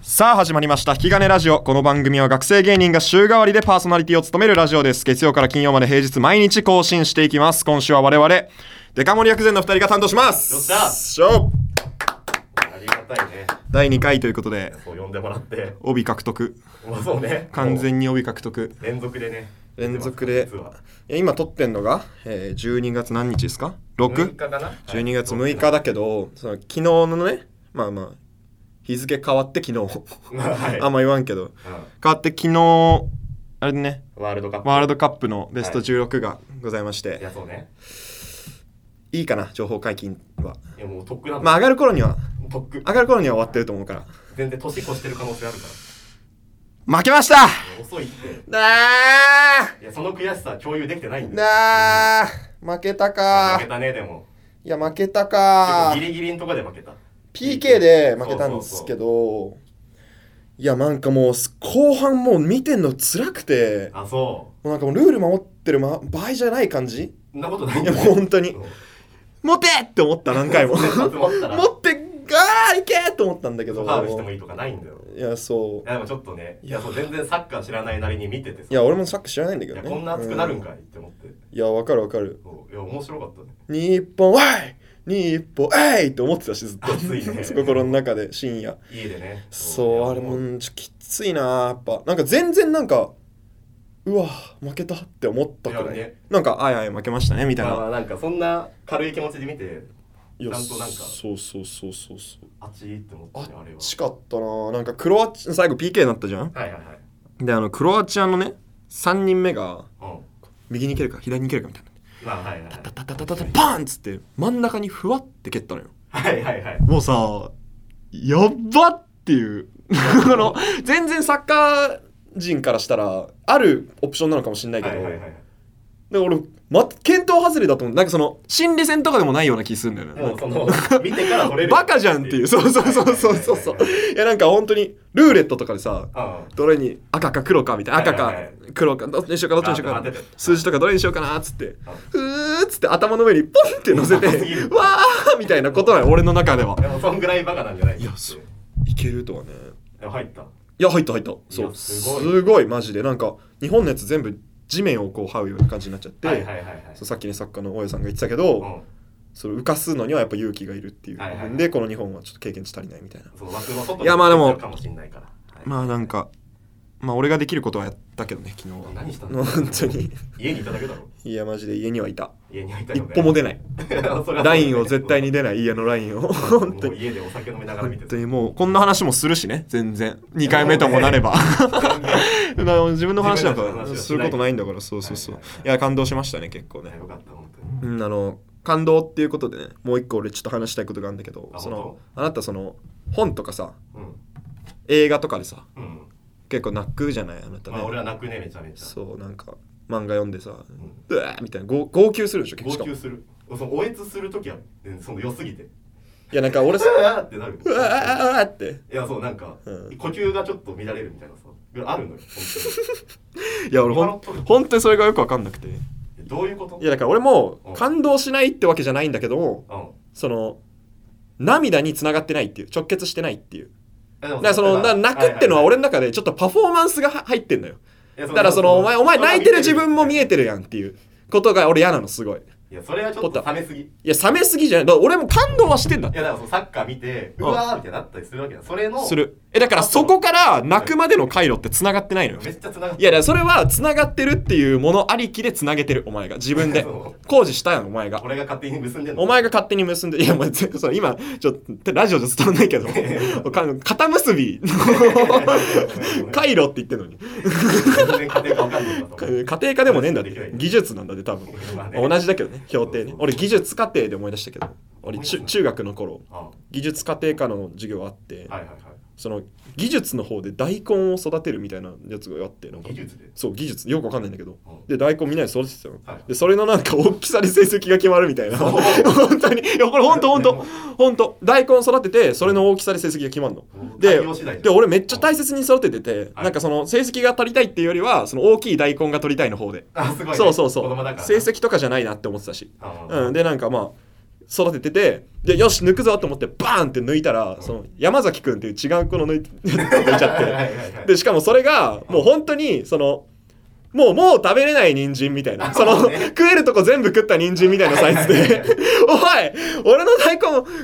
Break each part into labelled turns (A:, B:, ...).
A: さあ始まりました引き金ラジオこの番組は学生芸人が週替わりでパーソナリティを務めるラジオです月曜から金曜まで平日毎日更新していきます今週は我々デカ盛り薬膳の2人が担当します
B: よっしゃ
A: しょ
B: ありがたいね。
A: 第2回ということで
B: そう呼んでもらって。
A: 帯獲得
B: まあそうね。
A: 完全に帯獲得
B: 連続でね。
A: 連続で
B: 実はい
A: や今撮ってんのが、えー12月何日ですか 6?
B: 6日かな。
A: 12月6日だけどその昨日のねまあまあ日付変わって昨日
B: は
A: あん
B: い。ま
A: ま言わんけど変わって昨日あれね
B: ワールドカップ。
A: ワールドカップのベスト
B: はい
A: 16がございまして、
B: いやそうね。
A: い、いかな情報解禁は、
B: いやもうとっくなの。
A: まあ上がる頃には
B: とっく。
A: 上がる頃には終わってると思うから
B: 全然年越してる可能性あるか
A: 負けました
B: ら。遅いって。
A: なあ
B: いやその悔しさ共有できてないんだよ。
A: なあ負けたか
B: 負けたねでも。
A: いや負けた
B: 結構
A: か
B: ギリギリのとこで負けた。
A: PK で負けたんですけ
B: ど。
A: どいやなんかもう後半もう見てんの辛くて
B: あそ
A: もうなんかもうルール守ってる、ま、場合じゃない感じ
B: う。そんなことないん
A: い
B: だ
A: や
B: よ。
A: もう本当に
B: そう
A: 持てって思った何回も
B: そ
A: 持
B: う集まったら
A: ってガーいけと思ったんだけ
B: フ
A: ど
B: ァウルしてもいいとかないんだよ。
A: いやそう
B: いやでもちょっとね。いやそう全然サッカー知らないなりに見ててさ。
A: いや俺もサッカー知らないんだけ
B: い
A: ど
B: や
A: ね
B: こんな熱くなるん
A: う
B: かいって思って。
A: いやわかるわかる
B: そういや面白かったね。
A: 日本はい日本はいって思ってたしずっと
B: 熱 いね
A: 心の中で深夜
B: 家でね。
A: そうあれも
B: いや
A: んちょきついなやっぱなんか全然なんかうわ負けたって思ったくら
B: いや
A: い
B: ね
A: なんかあいあい負けましたねみたい
B: まあま
A: な
B: あなんかそんな軽い気持ちで見て
A: いや
B: ちゃんとなんか
A: そうそうそうそうそう
B: あっちいって思ったねあれは。
A: しかったななんかクロアチア最後 PK になったじゃん
B: はいはいはい。
A: であのクロアチアのね3人目が
B: う。
A: 右に蹴るか左に蹴るかみたいなん
B: まあはいはいはい。
A: タタタタタタパーンっつって真ん中にふわって蹴ったのよ
B: はいはいはい。
A: もうさやっばっていう この全然サッカー人からしたらあるオプションなのかもしれないけ
B: はい
A: ど、
B: はいはい。
A: で俺、ま、検討外れだと思うなんかその心理戦とかでもないような気するんだよねな
B: も
A: ん
B: う
A: か
B: その見てから取れる。
A: バカじゃんっていうそうそうそうそうそうそう
B: はいはいはい
A: いやなんか本当にルーレットとかでさ
B: はい。
A: どれに赤か黒かみたいな赤
B: はい
A: か
B: はいはい
A: 黒かどっちにしようかどっちにしよう
B: あ
A: か
B: 当てて
A: 数字とかどれにしようかなっつってうーっつって頭の上にポンって乗せて
B: 高すぎ る
A: わーみたいなことなの俺の中では
B: うん。でもそんぐらいバカなんじゃない
A: いやそういけるとはね
B: う。入った。
A: いや入った入ったそ
B: いうやすごい
A: すごいマジでなんか日本のやつ全部地面をこう這うような感じになっちゃって、
B: はいはいはいはい。
A: そうさっきね作家の大家さんが言ってたけど、
B: うん。
A: それ浮かすのにはやっぱ勇気がいるっていう部分で、
B: はいはいはい
A: この日本はちょっと経験値足りないみたいな
B: その枠の外に
A: いやまあでも
B: かもしれないから。はい
A: まあなんかまあ俺ができることはやったけどね昨日は
B: 何した の？
A: 本当に
B: 家にいただけだろ。
A: いやマジで家にはいた
B: 家に入った
A: 一歩 も出ない
B: ない
A: ラインを絶対に出ない家のラインを本当に
B: 家でお酒飲みながら見
A: 本
B: て
A: 当にもうこんな話もするしね全然2回目ともなればな 自分の話なん
B: 自分の話
A: か
B: はしない
A: することないんだからそうそうそう
B: はいはいは
A: い
B: い
A: や感動しましたね結構ね
B: よかった本当
A: うんあの感動っていうことでねもう一個俺ちょっと話したいことがあるんだけど
B: あ
A: その
B: 本
A: あなたその本とかさ
B: に
A: 映画とかでさ
B: うんうん
A: 結構泣くじゃないあなた
B: まあ俺
A: ね
B: は泣くねめちゃめちゃ
A: そうなんか漫画読んでさ
B: ん
A: うわーみたいな号号泣するでしょ
B: 号
A: 結
B: 泣
A: 構
B: するそのおえつするときはねその良すぎ て
A: いやなんか俺さ
B: うわーってなる
A: うわーうわーって
B: いやそうなんか
A: うん
B: 呼吸がちょっと乱れるみたいなさあるのよ
A: いや俺ほん本当にそれがよくわかんなくてい
B: 本当にどういうこと
A: やだから俺も
B: うん
A: 感動しないってわけじゃないんだけど
B: うん
A: その涙に繋がってないっていう直結してないっていう
B: えで
A: だ
B: も
A: からそのな泣くってのは俺の中でちょっとパフォーマンスが入ってんのよ
B: いや
A: だからそのお前お前泣いてる自分も見えてるやんっていうことが俺嫌なのすごい
B: いやそれはちょっと冷めすぎい
A: いや冷めすぎじゃないだから俺も感動はしてんだって
B: やだからそのサッカー見てうわーみたいになったりするわけだそれの
A: するえだからそこから泣くまでの回路って繋がってないのよ
B: めっちゃつながっ
A: いやだからそれは繋がってるっていうものありきで繋げてるお前が自分で
B: そ
A: 工事したやんお前が
B: 俺が勝手に結んでんの
A: お前が勝手に結んでいやもうぜその今ちょっとラジオじゃ伝わんないけど か肩結びの回路って言ってんのに
B: 全然勝手か分かんないか
A: 家
B: ら
A: 庭科でもねえんだって技術なんだって多分
B: まあね
A: 同じだけどね評定
B: そう
A: ね
B: そう
A: 俺技術課程で思い出したけど俺
B: 思い出す
A: 中
B: ね
A: 中学の頃
B: あは
A: 技術家庭科の授業あって
B: いはいは
A: その技術の方で大根を育てるみたいなやつがあってなんか
B: い技術で
A: そう技術よくわかんないんだけど
B: うん
A: で大根みんなで育ててたの
B: はい
A: でそれのなんか大きさで成績が決まるみたいな
B: そう
A: 本当にいやこれ本当 本当本当大根育ててそれの大きさで成績が決まるので
B: 対応次第
A: で俺めっちゃ大切に育ててて
B: はい
A: なんかその成績が取りたいっていうよりはその大きい大根が取りたいの方で
B: あすごいね
A: そうそうそ
B: 子供だ
A: う
B: から
A: 成績とかじゃないなって思ってたし
B: あ
A: うんでなんかまあ育てててでよし抜くぞと思ってバーンって抜いたらその山崎君っていう違う子の抜い 抜いちゃ
B: はいはいはいは
A: っ
B: い
A: てでしかもそれがもう本当にそのもうもう食べれない人参みたいなその食えるとこ全部食った人参みたいなサイズで 「おい俺の大根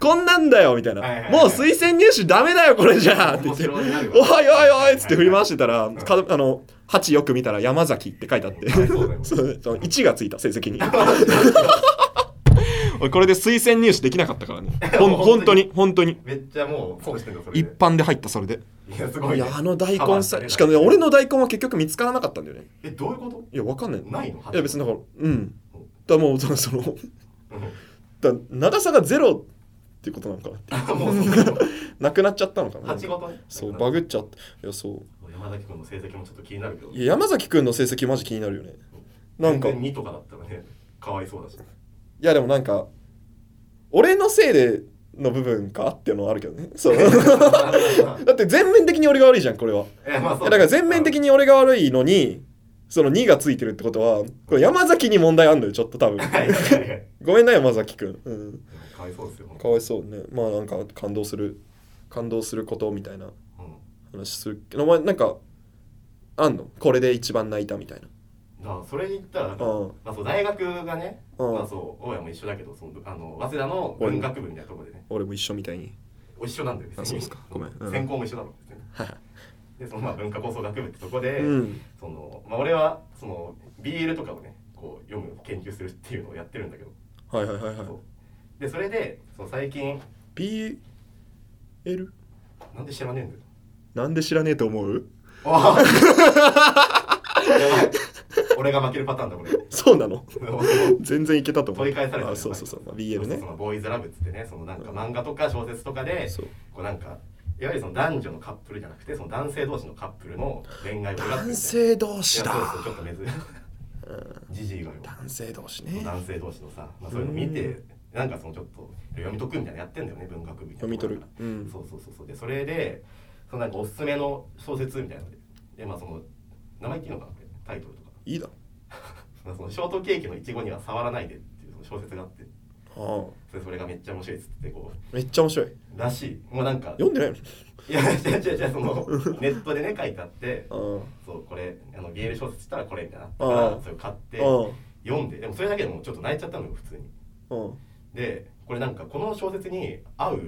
A: こんなんだよ」みたいな
B: はいはい
A: 「
B: はい
A: もう推薦入手ダメだよこれじゃ」って言
B: 面
A: って
B: 白い
A: 「
B: な
A: おいおいおい」っつって振り回してたらかあの鉢よく見たら「山崎」って書いてあって
B: そうだ よ
A: そうその1がついた成績に 俺これで推薦入試できなかったからねほん本
B: 本
A: 当
B: 当
A: に
B: に
A: 本当に
B: めっちゃもう損してんだそれ
A: 一
B: で
A: 般で入ったそれで
B: いやすごい,、ね、
A: いやあの大
B: カバ
A: 根
B: ーれ
A: さ
B: ない
A: しかもね俺の大根は結局見つからなかったんだよね
B: えどういうこ
A: いやわかんない
B: とないの
A: いや別にだからうんだからもうそのその
B: う
A: だ長さがゼロってことなのかな
B: んもうそう
A: なくなっちゃったのかな
B: 八ごとね
A: そうバグっちゃったいやそう
B: 山崎君の成績もちょっと気になるけど
A: いや山崎くんの成績マジ気になるよねなんか
B: 全然二とかだったらねかわいそうだし
A: いやでもなんか俺のせいでの部分かっていうのはあるけどね そうだって全面的に俺が悪いじゃんこれは
B: えまあ
A: い
B: そう
A: やだから全面的に俺が悪いのにその2がついてるってことはこれ山崎に問題あんのよちょっと多分
B: はいはいはい
A: ごめんな山崎くん、うん、
B: かわいそうですよ、
A: かわいそうねまあなんか感動する感動することみたいな
B: う、
A: 話するけどお前なんかあんのこれで一番泣いたみたいなん
B: だからそれに言ったらなんか、
A: うん
B: まあ、そう大学がね、
A: うん
B: まあ、そう大家も一緒だけどそのあの早稲田の文学部みたいなところでね
A: 俺も一緒みたいに
B: お一緒なんだよ
A: あそうですかごめんうん
B: 専攻も一緒 だろ別に
A: はいは
B: でそのまあ文化構想学部ってとこ
A: い
B: で、
A: うん
B: そのまあ、俺はその BL とかをねこう読む研究するっていうのをやってるんだけど、
A: はいはいはいはい
B: そうでそれでその最近
A: BL
B: なんで知らねえんだよ
A: なんで知らねえと思う
B: ああやばい 俺が負けるパターンだこれ
A: そうなの
B: 取
A: 全然いけたと思う
B: り返されたよ
A: あそうそうそう、まあ、BL ね
B: そのボーイズラブっつってねそのなんか漫画とか小説とかで
A: そう
B: こうなんかいわゆるその男女のカップルじゃなくてその男性同士のカップルの恋愛を描くみたいな
A: 男性同士だ
B: いやそうそうちょっと珍しいじじいがよ
A: 男性同士ね
B: 男性同士のさ、まあ、そういうの見てなんかそのちょっと読み解くみたいなのやってんだよね文学部みたい
A: 読
B: な
A: み取るうん
B: そうそうそうそうでそれでそのなんかおすすめの小説みたいなのででまあその名前聞いのかなこれタイトルとか
A: いいだろ
B: まあそのショートケーキのいちごには触らないでっていうその小説があって
A: あ
B: それそれがめっちゃ面白いっつってこ
A: あめっちゃ面白いう
B: らしいもうなんか
A: 読んでない
B: いや違う違う違 うそのネットでね書いてあって
A: の
B: そうこれあの BL 小説したらこれみたいなのあったか
A: あ
B: ら
A: あ
B: それを買って
A: あ
B: 読んででもそれだけでもちょっと泣いちゃったのよ普通に。
A: うんうん
B: でこれなんかこの小説に合う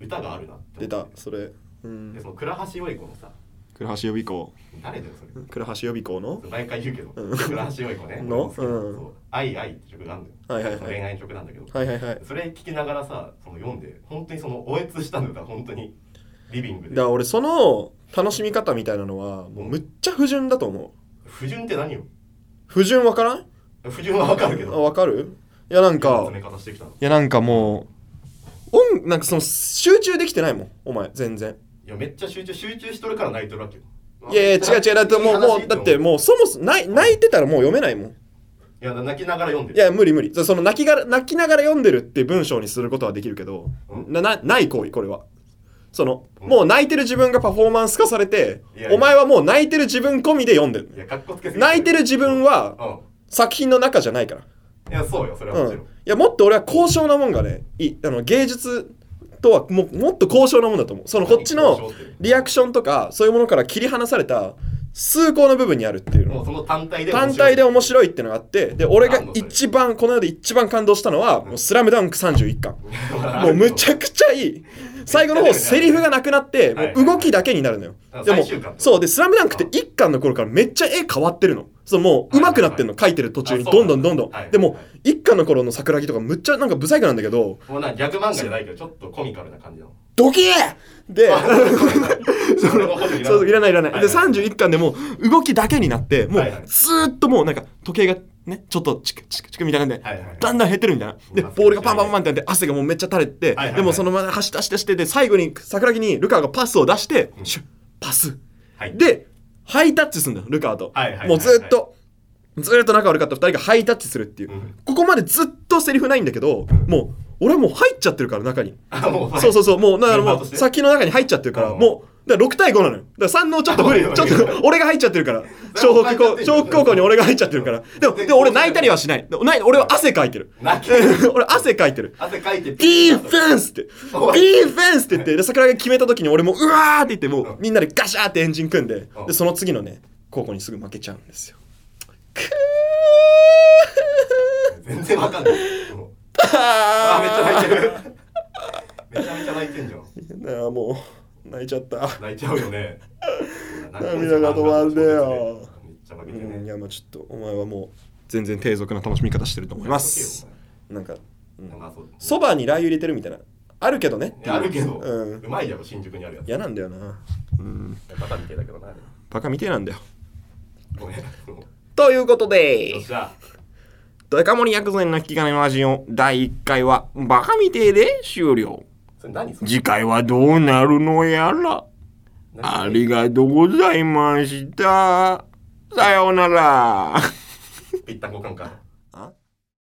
B: 歌があるなって
A: 出
B: 思ったて
A: それう
B: で
A: ん
B: その倉橋依子のさ
A: 倉橋予備校
B: 誰だよそれ
A: 倉橋予備校の
B: 毎回言うけど、
A: うん
B: 倉橋依子ね
A: の
B: 好きな
A: うん
B: そう愛愛」って曲があるんだよ、
A: はいはいはい
B: その恋愛の曲なんだけど、
A: はいはいはい
B: それ聞きながらさその読んで本当にそのおえつしたんだよ本当にリビング
A: だか
B: で
A: ら俺その楽しみ方みたいなのはもうむっちゃ不純だと思う
B: 不純って何よ
A: 不純わからん
B: 不純はわかるけ
A: あ
B: ど
A: わかるいやなんか
B: 詰め方してきたの
A: いやなんかもう音なんかその集中できてないもんお前全然
B: いやめっちゃ集中集中しとるから泣いてるわけよ
A: いやいや違う違うだってもうもうだって
B: う
A: もうそもそも泣い泣いてたらもう読めないもん
B: いや泣きながら読んで
A: いや無理無理そその泣きがら泣きながら読んでるって文章にすることはできるけど
B: ん
A: ななない行為これはその
B: うん
A: もう泣いてる自分がパフォーマンス化されて
B: いやいや
A: お前はもう泣いてる自分込みで読んで
B: いや
A: る
B: かっこつけすぎ
A: 泣いてる自分は
B: うん
A: 作品の中じゃないから
B: いや、そうよ、それは
A: う
B: も
A: ん、
B: ち
A: い
B: ろん。
A: やもっと俺は高尚なもんがねいあの芸術とはもうもっと高尚なもんだと思うそのこっちのリアク
B: シ
A: ションとかそういうものから切り離された崇高の部分にあるっていう
B: も
A: の
B: うその単体で。
A: 単体で
B: 面
A: 面白いっていうのがあってで俺が
B: なんだそれ
A: 一番この世で一番感動したのは「もうスラムダンク31巻
B: 白い
A: もうむちゃくちゃいい最後の 方セリフがなくなって
B: はい
A: もう動きだけになるのよ
B: あ
A: でも
B: 最終巻
A: そうで「スラムダンクって1巻の頃からめっちゃ絵変わってるのそうもう上手くなってんの書いてる途中に
B: あそう
A: どん
B: なんだ
A: どんどんどん
B: はいはい
A: でも1巻の頃の桜木とかむっちゃなんかブサイクなんだけど
B: もうなんか逆漫画じゃないけど、ちょっとコミカルな感じの。
A: ドキー で
B: それのこといら
A: そうそういらないいらない、
B: はいはい
A: で31巻でもう動きだけになっても
B: はいは
A: う
B: い
A: ずーっともうなんか時計がねちょっとチクチクチクみたいなんで、
B: はいはいはい
A: だんだん減ってるみたいなで
B: まあ
A: ボールがパンパンパンってなって汗がもうめっちゃ垂れて、
B: はいはいはい
A: でもそのまま走って走って走ってで最後に桜木にルカがパスを出して、
B: うん
A: シュッパス、
B: はい
A: でハイタッチするんだよルカと、
B: はいはいはいはい
A: もうずーっとずーっと仲悪かった2人がハイタッチするっていう、
B: うん
A: ここまでずっとセリフないんだけど、もう俺はもう入っちゃってるから中に。
B: あもう
A: そうそうそう、もう、だから
B: メンバ
A: もう、
B: ーとして
A: 先の中に入っちゃってるから、
B: うん
A: もう、だから6対5なのよ。だから3のちょっと、ち
B: あ無理
A: ょ
B: 無
A: っ
B: 理
A: と、俺が入っちゃってる から。湘北高校、湘北高校に俺が入っちゃってるから。でも、でも俺泣いたりはしない。でもない、俺は汗かいてる。
B: 泣け る
A: 俺汗かいてる。
B: 汗かいて
A: ディフェンスって、デ
B: おい
A: ィフェンスって言って、で、桜が決めた時に俺もう、うわーって言って、もうみんなでガシャーってエンジン組んで
B: う、ん
A: で、その次のね、高校にすぐ負けちゃうんですよ。くー
B: 全然わかんないもうあーめっちゃ泣いてるめちゃめちゃ泣いてんじゃん
A: だからもう、泣いちゃった。
B: 泣いちゃうよね
A: 涙が止まんねえよ
B: めっちゃ負けてね
A: うんいや、まあちょっと、お前はもう、全然低俗な楽しみ方してると思います。なんか、うん
B: まあそう
A: そばにラー油入れてるみたいな。あるけどねっていう。
B: あるけど、う
A: うん。
B: まいやろ新宿にあるやつ
A: 嫌なんだよな。うん。
B: バカみてえだけどな
A: バカみてえなんだよ。
B: ごめんよ
A: ということで
B: っしゃ
A: デカ盛り薬膳の引き金の味を第1回はバカみてえで終了。
B: それ何それ
A: 次回はどうなるのやら。ありがとうございました。さようなら。
B: 一旦交換か